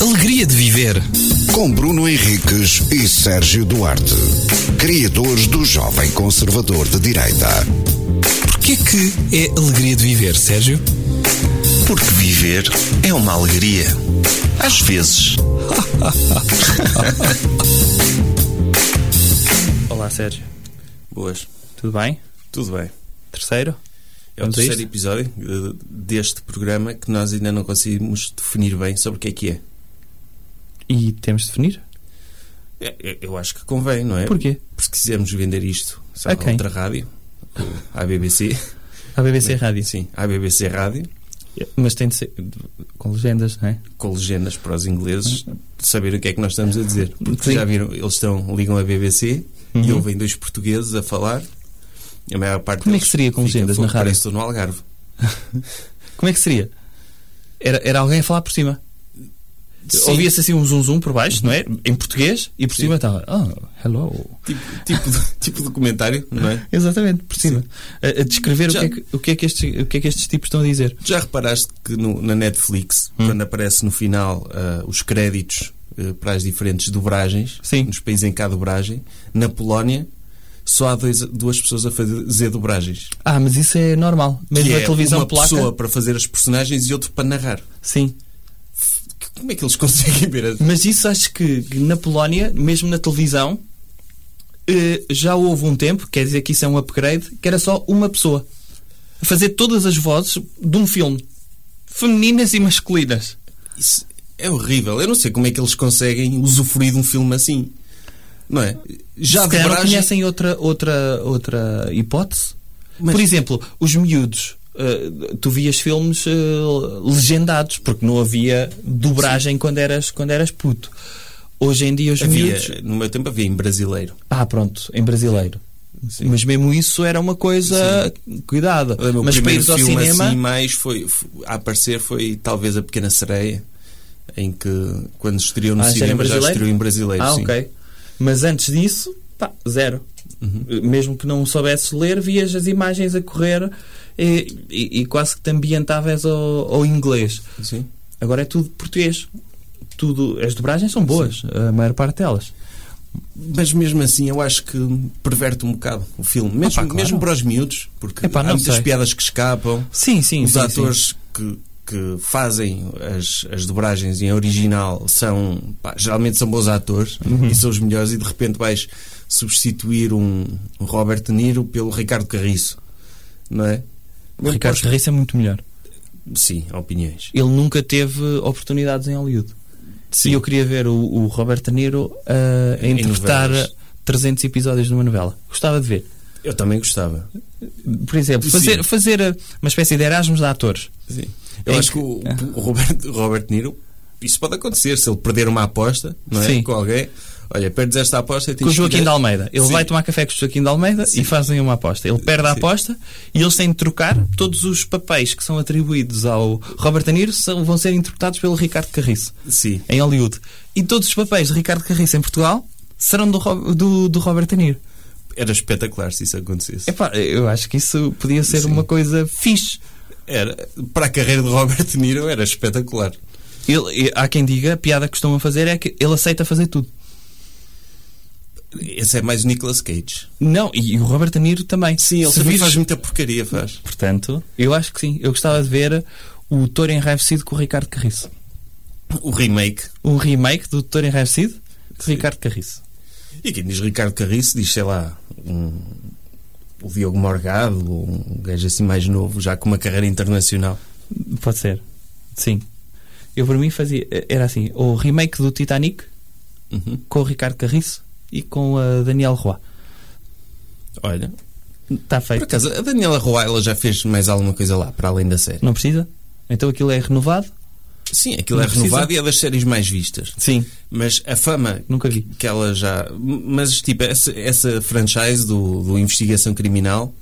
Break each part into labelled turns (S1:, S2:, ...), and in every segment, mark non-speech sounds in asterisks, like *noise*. S1: Alegria de Viver.
S2: Com Bruno Henriques e Sérgio Duarte, criadores do Jovem Conservador de Direita.
S1: Porquê que é alegria de viver, Sérgio?
S3: Porque viver é uma alegria. Às vezes.
S4: Olá Sérgio,
S3: Boas.
S4: tudo bem?
S3: Tudo bem.
S4: Terceiro?
S3: É o
S4: Vamos a
S3: terceiro
S4: isto?
S3: episódio eh, deste programa que nós ainda não conseguimos definir bem sobre o que é que é.
S4: E temos de definir?
S3: É, é, Eu acho que convém, não é?
S4: Porquê?
S3: Porque se quisermos vender isto
S4: A
S3: sabe, a
S4: quem?
S3: outra rádio, eh, à BBC.
S4: A BBC Rádio.
S3: Sim, à BBC Rádio,
S4: Mas tem de ser com legendas, não é?
S3: com legendas para os ingleses saberem o que é que nós estamos a dizer. Porque
S4: Sim. Uhum.
S3: já viram, eles estão, ligam à BBC e ouvem dois portugueses a falar. A maior parte
S4: Como é que
S3: deles
S4: seria com
S3: fica,
S4: legendas
S3: "Fogo,
S4: na rádio?"
S3: Parece que estou no Algarve.
S4: Como é que seria? Era, era alguém a falar por cima.
S3: Sim. Uhum.
S4: Ouvia-se assim um zum-zum por baixo, não é? Em português, e por cima estava. Oh, hello.
S3: Tipo, tipo, *laughs* tipo documentário, não é?
S4: Exatamente, por cima. A, a descrever
S3: Já-
S4: o, que é que, o, que é que estes, o que é que estes tipos estão a dizer.
S3: Já reparaste que no- na Netflix,
S4: Hum.
S3: quando aparece no final ah, os créditos ah, para as diferentes dobragens,
S4: Sim.
S3: nos países em que há dobragem, na Polónia só há dois- duas pessoas a fazer dobragens.
S4: Ah, mas isso é normal. Mesmo
S3: Que
S4: na
S3: é
S4: televisão
S3: uma
S4: placa.
S3: pessoa para fazer as personagens e outro para narrar.
S4: Sim.
S3: Que- Como é que eles *laughs* conseguem ver? a-
S4: Mas isso acho que que na Polónia, mesmo na televisão, eh, já houve um tempo, quer dizer que isso é um upgrade, que era só uma pessoa a fazer todas as vozes de um filme, femininas e masculinas.
S3: Isso é horrível. Eu não sei como é que eles conseguem usufruir de um filme assim. Não é? Já
S4: Se calhar não
S3: dobragem.
S4: conhecem outra, outra, outra hipótese?
S3: Mas-
S4: Por exemplo, os miúdos. eh, tu vias filmes eh, legendados, porque não havia dobragem quando eras, quando eras puto. Hoje em dia, os miúdos.
S3: Havia, no meu tempo havia em brasileiro.
S4: Ah, pronto, em brasileiro. Mas mesmo isso era uma coisa. Cuidado.
S3: Eu lembro, o
S4: Mas para
S3: primeiro
S4: ires ao
S3: filme
S4: cinema.
S3: assim mais foi, f- a aparecer foi talvez a Pequena Sereia, em que quando estreou no
S4: Ah, já era em
S3: cinema já
S4: brasileiro?
S3: estreou em brasileiro.
S4: ah,
S3: sim.
S4: ok. Mas antes disso, pá, zero.
S3: Uhum.
S4: Eh, Mesmo que não soubesses ler, vias as imagens a correr eh, e, e quase que te ambientavas ao, ao inglês.
S3: Sim.
S4: Agora é tudo português. Tudo, as dobragens são boas, a maior parte delas.
S3: Mas mesmo assim eu acho que perverte um bocado o filme, mesmo,
S4: Ah, claro.
S3: mesmo para os miúdos, porque
S4: Epá,
S3: há
S4: não
S3: muitas
S4: sei.
S3: piadas que escapam,
S4: Sim, sim,
S3: os
S4: sim,
S3: atores que que fazem as, as dobragens em original são pá, geralmente são bons atores
S4: Uhum.
S3: e são os melhores e de repente vais substituir um, um Robert De Niro pelo Ricardo Carriço não é?
S4: sim. Ricardo Carriça é muito melhor.
S3: Sim, opiniões.
S4: Ele nunca teve oportunidades em Hollywood. E eu queria ver o, o Robert De Niro ah, a
S3: Em
S4: interpretar
S3: novelas.
S4: 300 episódios de uma novela. Gostava de ver.
S3: Eu também gostava.
S4: Por exemplo,
S3: Sim.
S4: fazer, fazer ah, uma espécie de Erasmus de atores.
S3: Eu
S4: Em
S3: acho que, o, o Robert, o Robert De Niro, isso pode acontecer, se ele perder uma aposta não é?
S4: Sim.
S3: com alguém. Olha, perdes esta aposta e tens
S4: Com o
S3: que
S4: Joaquim
S3: ir
S4: de
S3: a-
S4: Almeida. Ele
S3: Sim.
S4: vai tomar café com o Joaquim de Almeida e fazem uma aposta. Ele perde a
S3: Sim.
S4: aposta e eles têm de trocar. Todos os papéis que são atribuídos ao Robert De Niro são- vão ser interpretados pelo Ricardo Carriço,
S3: Sim.
S4: em Hollywood. E todos os papéis de Ricardo Carriço em Portugal serão do, Ro- do, do Robert De Niro.
S3: Era espetacular se isso acontecesse.
S4: Epá, eu acho que isso podia ser uma coisa fixe.
S3: Era, para a carreira de Robert De Niro era espetacular.
S4: Ele- e- há quem diga, a piada que estão a fazer é que ele aceita fazer tudo.
S3: Esse é mais o Nicolas Cage.
S4: Não, e o Robert De Niro também.
S3: Sim, ele
S4: Se
S3: também
S4: vires-
S3: faz muita porcaria, faz.
S4: Portanto, eu acho que sim. Eu gostava de ver o Doutor Enraivecido com o Ricardo Carriço.
S3: O remake.
S4: Um remake do Doutor Enraivecido com o Ricardo Carriço.
S3: E quem diz Ricardo Carriço diz, sei lá, um, o Diogo Morgado, ou um gajo assim mais novo, já com uma carreira internacional.
S4: Pode ser. Sim. Eu, para mim, fazia... Era assim, o remake do Titanic
S3: Uhum.
S4: com o Ricardo Carriço e com a Daniel Roy.
S3: Olha,
S4: Está
S3: por
S4: feito.
S3: acaso, a Daniela Roa, ela já fez mais alguma coisa lá, para além da série?
S4: Não precisa? Então aquilo é renovado?
S3: Sim, aquilo
S4: Não
S3: é renovado
S4: precisa.
S3: e é das séries mais vistas.
S4: Sim.
S3: Mas a fama
S4: Nunca vi.
S3: que ela já. Mas, tipo, essa, essa franchise do, do Investigação Criminal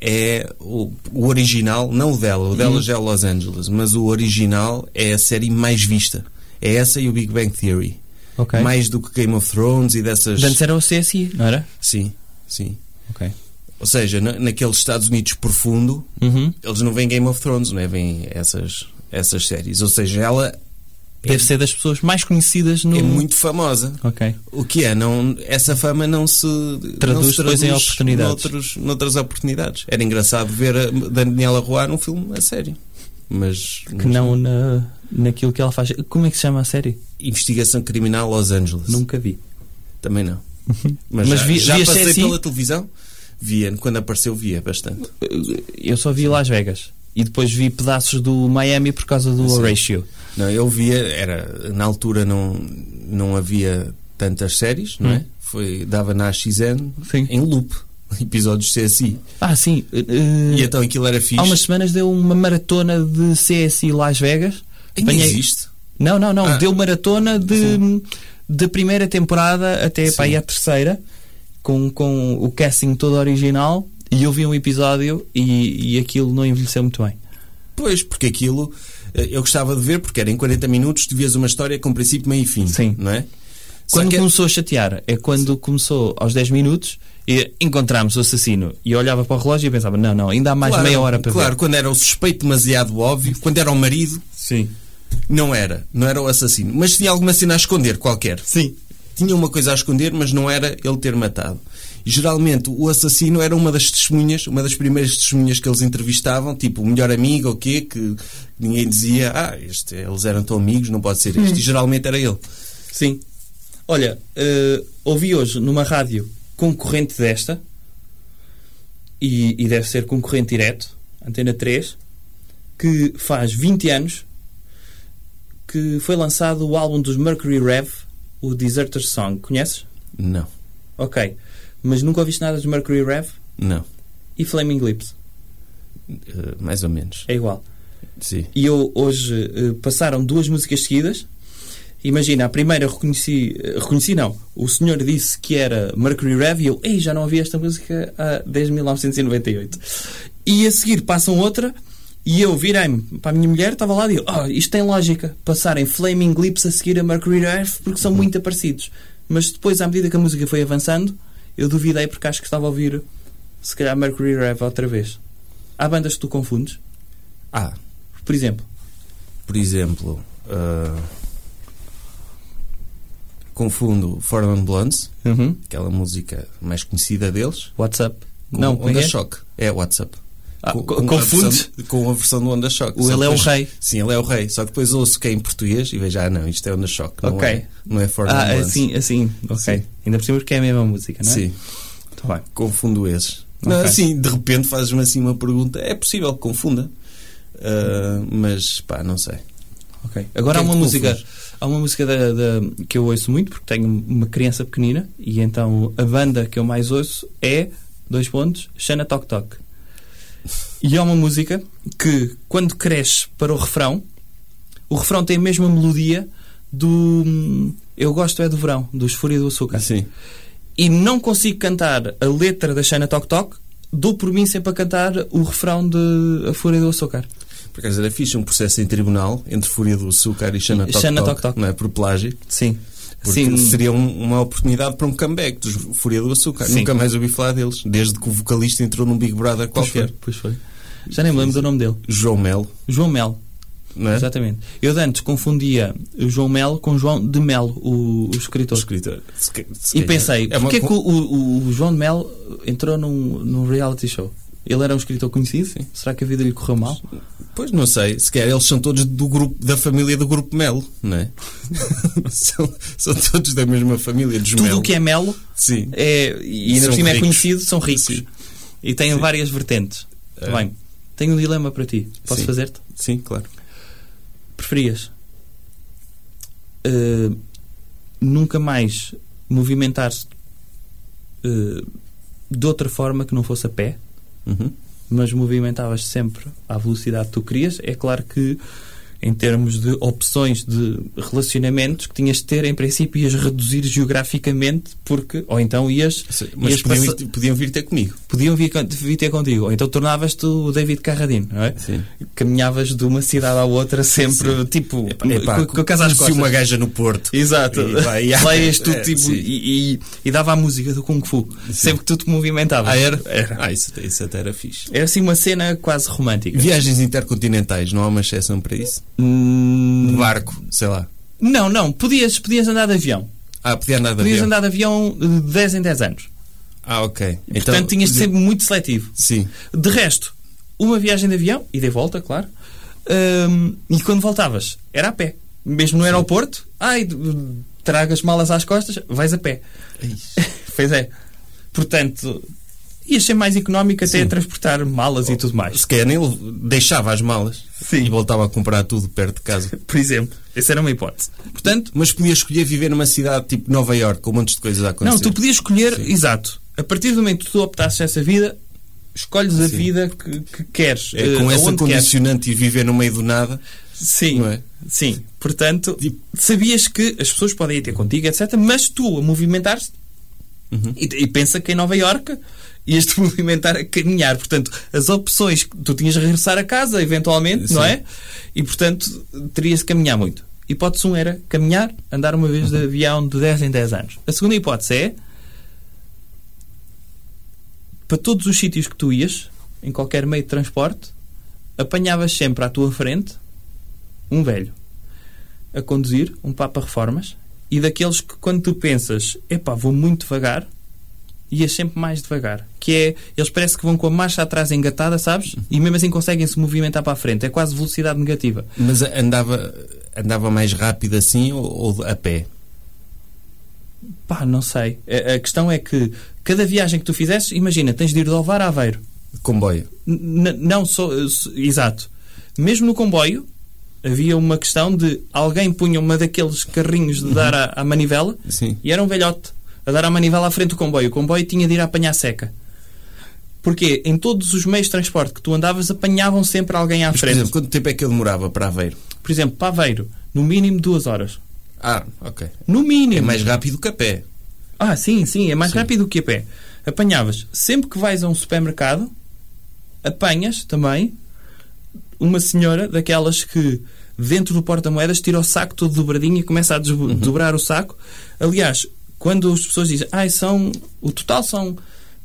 S3: é o, o original, não o dela, o dela já é Los Angeles, mas o original é a série mais vista. É essa e o Big Bang Theory.
S4: Ok.
S3: Mais do que Game of Thrones e dessas.
S4: Antes era o CSI, não era?
S3: Sim, sim.
S4: Ok.
S3: Ou seja, na, naqueles Estados Unidos profundo,
S4: Uhum.
S3: eles não veem Game of Thrones, não é? Vêm essas, essas séries. Ou seja, ela
S4: Deve ser das pessoas mais conhecidas no.
S3: É muito famosa.
S4: Ok.
S3: O que é? Não, essa fama não se
S4: Traduz
S3: não se
S4: depois em oportunidades.
S3: Noutros, noutras oportunidades. Era engraçado ver a Daniela Roar num filme a sério. Mas.
S4: Que não na, naquilo que ela faz. Como é que se chama a série?
S3: Investigação Criminal Los Angeles.
S4: Nunca vi.
S3: Também não. Mas,
S4: Uhum. Mas
S3: já,
S4: vi- assim?
S3: já
S4: vi a
S3: passei
S4: Jessie?
S3: pela televisão. Via, quando apareceu, via bastante.
S4: Eu só vi Las Vegas. E depois vi pedaços do Miami por causa
S3: Ah,
S4: do Horatio.
S3: Não, eu via, era, na altura não, não havia tantas séries, não é? Foi, dava na AXN
S4: Hum. Sim.
S3: em loop, *laughs* episódios CSI.
S4: Ah, sim. eh,
S3: E então aquilo era fixe.
S4: Há umas semanas deu uma maratona de CSI Las Vegas.
S3: Ainda
S4: Apanhei-
S3: existe.
S4: Não, não, não.
S3: Ah.
S4: Deu maratona de, da primeira temporada até
S3: Sim.
S4: para aí à terceira, com, com o casting todo original. E eu vi um episódio e, e aquilo não envelheceu muito bem.
S3: Pois, porque aquilo eh, eu gostava de ver, porque era em 40 minutos, tu vias uma história com princípio, meio e fim.
S4: Sim.
S3: Não é? Só
S4: Quando
S3: que-
S4: começou a chatear, é quando começou aos 10 minutos e encontramos o assassino. E eu olhava para o relógio e pensava: não, não, ainda há mais
S3: claro,
S4: meia hora para
S3: Claro,
S4: ver.
S3: quando era o suspeito demasiado óbvio, quando era o marido,
S4: Sim.
S3: não era. Não era o assassino. Mas tinha alguma cena a esconder, qualquer.
S4: Sim.
S3: tinha uma coisa a esconder, mas não era ele ter matado. E, Geralmente o assassino era uma das testemunhas, uma das primeiras testemunhas que eles entrevistavam, tipo o melhor amigo ou o quê, que ninguém dizia, ah, este, eles eram tão amigos, não pode ser este. E geralmente era ele.
S4: Sim. Olha, eh, ouvi hoje numa rádio concorrente desta, e, e deve ser concorrente direto, Antena 3, que faz 20 anos que foi lançado o álbum dos Mercury Rev, o Deserter Song. Conheces?
S3: Não,
S4: Ok. Mas nunca ouviste nada dos Mercury Rev
S3: não,
S4: e Flaming Lips.
S3: Eh, mais ou menos.
S4: É igual.
S3: Sim.
S4: E eu hoje eh, passaram duas músicas seguidas. Imagina, a primeira reconheci, eh, reconheci não, o senhor disse que era Mercury Rev e eu, ei, já não ouvi esta música há desde 1998. E a seguir passam outra e eu virei-me para a minha mulher, estava lá e eu, oh, isto tem lógica, passarem Flaming Lips a seguir a Mercury Rev porque são muito parecidos. Mas depois, à medida que a música foi avançando, eu duvidei porque acho que estava a ouvir, se calhar, Mercury Rev outra vez. Há bandas que tu confundes,
S3: Ah,
S4: por exemplo.
S3: por exemplo, eh, confundo Foreign Blondes,
S4: Uhum.
S3: aquela música mais conhecida deles,
S4: WhatsApp.
S3: com
S4: não, como é
S3: Onda
S4: que é?
S3: Shock. É WhatsApp.
S4: Ah,
S3: Com-
S4: co-
S3: com a
S4: confunde.
S3: versão- com a versão do Onda Shock.
S4: O Ele
S3: Só
S4: é o
S3: depois-
S4: Rei.
S3: Sim, ele é o rei. Só que depois ouço que é em português e vejo, ah, não, isto é Onda Shock. Não
S4: Ok.
S3: é, não é Foreign
S4: Ah,
S3: Blondes.
S4: assim, assim. Ok.
S3: Sim.
S4: Ainda por cima porque é a mesma música, não é?
S3: Sim,
S4: Tá bem.
S3: confundo esses. Não,
S4: Ok.
S3: assim, de repente fazes-me assim uma pergunta. É possível que confunda, Ah, mas pá, não sei.
S4: Ok. Agora há
S3: Quem
S4: uma
S3: te
S4: música, há uma música da, da- que eu ouço muito porque tenho uma criança pequenina e então a banda que eu mais ouço é, dois pontos, Xana Tok Tok. E é uma música que quando cresce para o refrão, o refrão tem a mesma melodia do hum, Eu Gosto É do Verão, dos Fúria do Açúcar.
S3: Sim.
S4: e não consigo cantar a letra da Xana Tok Tok, dou por mim sempre a cantar o refrão de A Fúria do Açúcar.
S3: Por acaso era fixe um processo em tribunal entre Fúria do Açúcar e Xana Tok
S4: Xana Tok
S3: Tok,
S4: Tok.
S3: não é? Por plágio.
S4: Sim.
S3: Porque
S4: Sim.
S3: seria um- uma oportunidade para um comeback dos Fúria do Açúcar.
S4: Sim.
S3: Nunca mais ouvi falar deles, desde que o vocalista entrou num Big Brother
S4: Pois foi,
S3: qualquer.
S4: pois foi. Já nem me lembro do nome dele.
S3: João Melo,
S4: João Melo.
S3: não é?
S4: Exatamente. Eu de antes confundia o João Melo com João de Melo, o, o escritor.
S3: escritor. Se ca- se
S4: E
S3: calhar.
S4: pensei,
S3: É uma
S4: porquê que
S3: con-
S4: o, o- o João de Melo entrou num, num reality show? Ele era um escritor conhecido?
S3: Sim.
S4: Será que a vida lhe correu mal?
S3: Pois não sei, se calhar eles são todos do grupo, da família do grupo Melo,
S4: *laughs*
S3: não é? são, são todos da mesma família, dos
S4: Tudo
S3: Melo.
S4: o que é Melo
S3: Sim.
S4: é, e ainda
S3: São
S4: por cima é
S3: ricos.
S4: conhecido, são ricos.
S3: Sim.
S4: E têm várias vertentes.
S3: É.
S4: Bem, tenho um dilema para ti. Posso
S3: Sim.
S4: fazer-te?
S3: Sim, claro.
S4: Preferias eh, nunca mais movimentar-se eh, de outra forma que não fosse a pé,
S3: Uhum.
S4: mas movimentavas sempre à velocidade que tu querias? É claro que em termos de opções de relacionamentos que tinhas de ter, em princípio ias reduzir geograficamente, porque ou então ias,
S3: Sim,
S4: ias
S3: Mas podiam,
S4: passa-
S3: ir- podiam vir ter comigo.
S4: podiam vir, con- vir ter contigo. Ou então tornavas-te o David Carradine, não é?
S3: Sim.
S4: Caminhavas de uma cidade à outra sempre, tipo,
S3: Epá,
S4: com, com a casa às
S3: conheci
S4: costas.
S3: uma gaja no Porto.
S4: Exato.
S3: E vai- e-
S4: Leias tu,
S3: É,
S4: tipo,
S3: sim.
S4: e, e- e dava a música do Kung Fu. Sempre que tu te movimentavas.
S3: Ah, era? Ah, isso, isso até era fixe.
S4: Era assim uma cena quase romântica.
S3: Viagens intercontinentais, não há uma exceção para isso?
S4: Hum,
S3: Barco, sei lá.
S4: Não, não. Podias, podias andar de avião.
S3: Ah, podia andar de
S4: Podias
S3: avião.
S4: andar de avião de 10 em 10 anos.
S3: Ah, ok. Então,
S4: Portanto, tinhas de ser muito seletivo.
S3: Sim.
S4: De resto, uma viagem de avião, ida e volta, claro. Hum, e quando voltavas, era a pé. Mesmo no aeroporto, ai, d- d- tragas malas às costas, vais a pé. *laughs* pois é. Portanto, ia ser mais económico até transportar malas e tudo mais.
S3: Se calhar nem lev- deixava as malas e voltava a comprar tudo perto de casa.
S4: Por exemplo, essa era uma hipótese. *laughs* Portanto,
S3: Mas podia escolher viver numa cidade tipo Nova Iorque com um monte de coisas a acontecer.
S4: não, tu podias escolher, exato. A partir do momento que tu optasses essa vida, escolhes a vida que, que queres.
S3: É, com
S4: eh,
S3: essa
S4: aonde queres.
S3: condicionante e viver no meio do nada.
S4: Sim,
S3: Não é?
S4: sim. Portanto, sabias que as pessoas podem ir ter contigo, etc. Mas tu a movimentar-se
S3: Uhum.
S4: e, e pensa que em Nova Iorque ias-te *laughs* movimentar a caminhar. Portanto, as opções que tu tinhas de regressar a casa, eventualmente, não é? E portanto, terias de caminhar muito. Hipótese 1 era caminhar, andar uma vez
S3: Uhum.
S4: de avião de 10 em 10 anos. A segunda hipótese é para todos os sítios que tu ias, em qualquer meio de transporte, apanhavas sempre à tua frente um velho a conduzir, um Papa Reformas, e daqueles que quando tu pensas, epá, vou muito devagar, ias sempre mais devagar. Que é, eles parece que vão com a marcha atrás engatada, sabes? E mesmo assim conseguem se movimentar para a frente. É quase velocidade negativa.
S3: Mas andava, andava mais rápido assim ou, ou a pé?
S4: Pá, não sei. A, a questão é que cada viagem que tu fizesses, imagina, tens de ir de Alvar a Aveiro.
S3: De comboio.
S4: N- não só. eh, s- Exato. Mesmo no comboio, havia uma questão de alguém punha uma daqueles carrinhos de dar à, à manivela
S3: Uhum. Sim.
S4: e era um velhote a dar à manivela à frente do comboio. O comboio tinha de ir a apanhar seca. Porque em todos os meios de transporte que tu andavas, apanhavam sempre alguém à
S3: Mas, por
S4: frente.
S3: exemplo, quanto tempo é que eu demorava para Aveiro?
S4: por exemplo, para Aveiro, no mínimo duas horas.
S3: Ah, ok.
S4: No mínimo.
S3: É mais rápido que a pé.
S4: Ah, sim, sim, é mais rápido que a pé. Apanhavas. Sempre que vais a um supermercado, apanhas também uma senhora daquelas que dentro do porta-moedas tira o saco todo dobradinho e começa a desbo- dobrar o saco. Aliás, quando as pessoas dizem, ai, são, o total são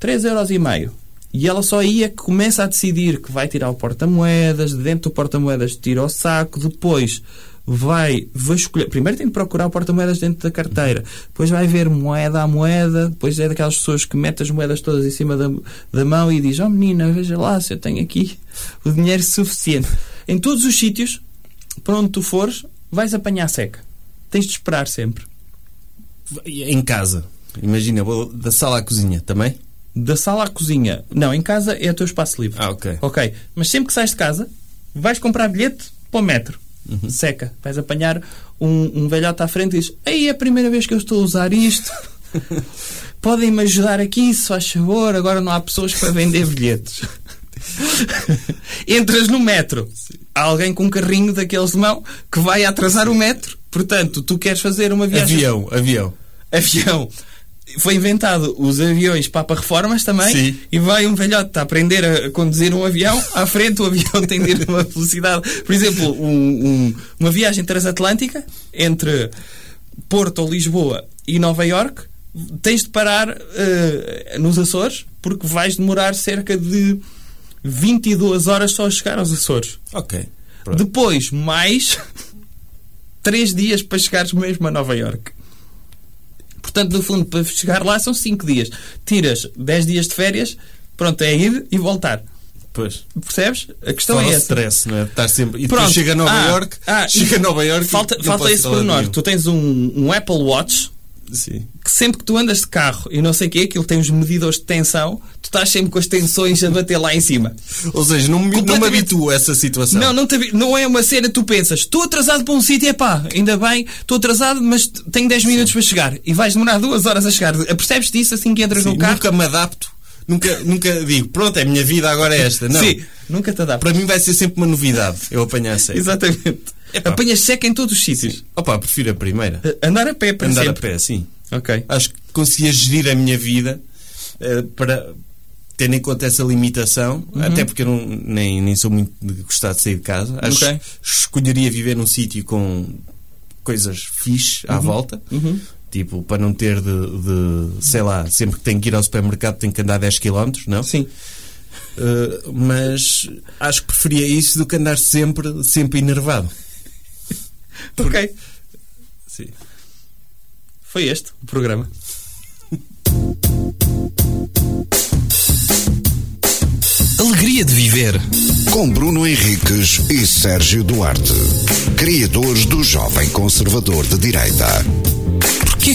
S4: 3,5€. E ela só aí é que começa a decidir que vai tirar o porta-moedas, de dentro do porta-moedas tira o saco, depois vai vasculhar. Primeiro tem de procurar o porta-moedas dentro da carteira, depois vai ver moeda a moeda, depois é daquelas pessoas que mete as moedas todas em cima da, da mão e diz: Oh menina, veja lá se eu tenho aqui o dinheiro suficiente. Em todos os sítios, para onde tu fores, vais apanhar seca. Tens de esperar sempre.
S3: Em casa. Imagina, vou da sala à cozinha tá também.
S4: Da sala à cozinha. Não, em casa é o teu espaço livre.
S3: Ah, ok.
S4: Ok. Mas sempre que sais de casa, vais comprar bilhete para o metro.
S3: Uhum.
S4: Seca. Vais apanhar um, um velhote à frente e diz: Ei, é a primeira vez que eu estou a usar
S3: *laughs*
S4: isto. Podem-me ajudar aqui, se faz favor. Agora não há pessoas para vender
S3: *laughs*
S4: bilhetes. Entras no metro. Há alguém com um carrinho daqueles de mão que vai atrasar o metro. Portanto, tu queres fazer uma viagem
S3: Avião, avião.
S4: avião. Foi inventado os aviões Papa Reformas também.
S3: Sim.
S4: E vai um velhote a aprender a conduzir um avião. À frente, o avião *laughs* tem de ir a uma velocidade. Por exemplo, um- um- uma viagem transatlântica entre Porto ou Lisboa e Nova Iorque. Tens de parar eh, nos Açores, porque vais demorar cerca de 22 horas só a chegar aos Açores.
S3: Ok. Pronto.
S4: Depois, mais *laughs* 3 dias para chegares mesmo a Nova Iorque. Portanto, no fundo, para chegar lá são 5 dias. Tiras 10 dias de férias, pronto, é ir e voltar.
S3: Depois.
S4: Percebes? A questão
S3: Então é
S4: é
S3: o
S4: essa.
S3: stress, não é? Estar sempre. E
S4: Pronto.
S3: depois chega a Nova
S4: Ah,
S3: York.
S4: ah,
S3: chega
S4: e
S3: a Nova York.
S4: Falta, falta esse pormenor. Tu tens um, um Apple Watch
S3: Sim.
S4: que sempre que tu andas de carro e não sei o que, aquilo tem os medidores de tensão, tu estás sempre com as tensões a bater lá em cima.
S3: Ou seja, não, me- não me
S4: Completamente-
S3: habituo a essa situação.
S4: Não, não, te avi- não é uma cena que tu pensas, estou atrasado para um sítio, é pá, ainda bem, estou atrasado, mas t- tenho 10 minutos para chegar. E vais demorar duas horas a chegar. Percebes disso assim que entras
S3: Sim,
S4: no carro?
S3: Nunca me adapto, nunca, nunca digo, pronto, é a minha vida agora é esta. Não.
S4: Sim, nunca te dá.
S3: Para mim vai ser sempre uma novidade eu apanhar seca.
S4: *laughs* Exatamente. Apanhas seca em todos os sítios.
S3: Sim. Opa, prefiro a primeira.
S4: Uh, Andar a pé, por
S3: Andar
S4: exemplo.
S3: a pé, sim.
S4: Ok.
S3: Acho que conseguia gerir a minha vida eh, para tendo em conta essa limitação,
S4: Uhum.
S3: até porque eu não, nem, nem sou muito de gostar de sair de casa. Acho
S4: Ok.
S3: que escolheria viver num sítio com coisas fixe
S4: Uhum.
S3: à volta. Tipo, para não ter de, de, sei lá, sempre que tenho que ir ao supermercado tenho que andar 10 km, não?
S4: Sim.
S3: Uh, mas acho que preferia isso do que andar sempre, sempre enervado.
S4: Ok. Sim. Foi este o programa.
S1: Alegria de viver.
S2: Com Bruno Henriques e Sérgio Duarte, criadores do Jovem Conservador de Direita.
S1: Porquê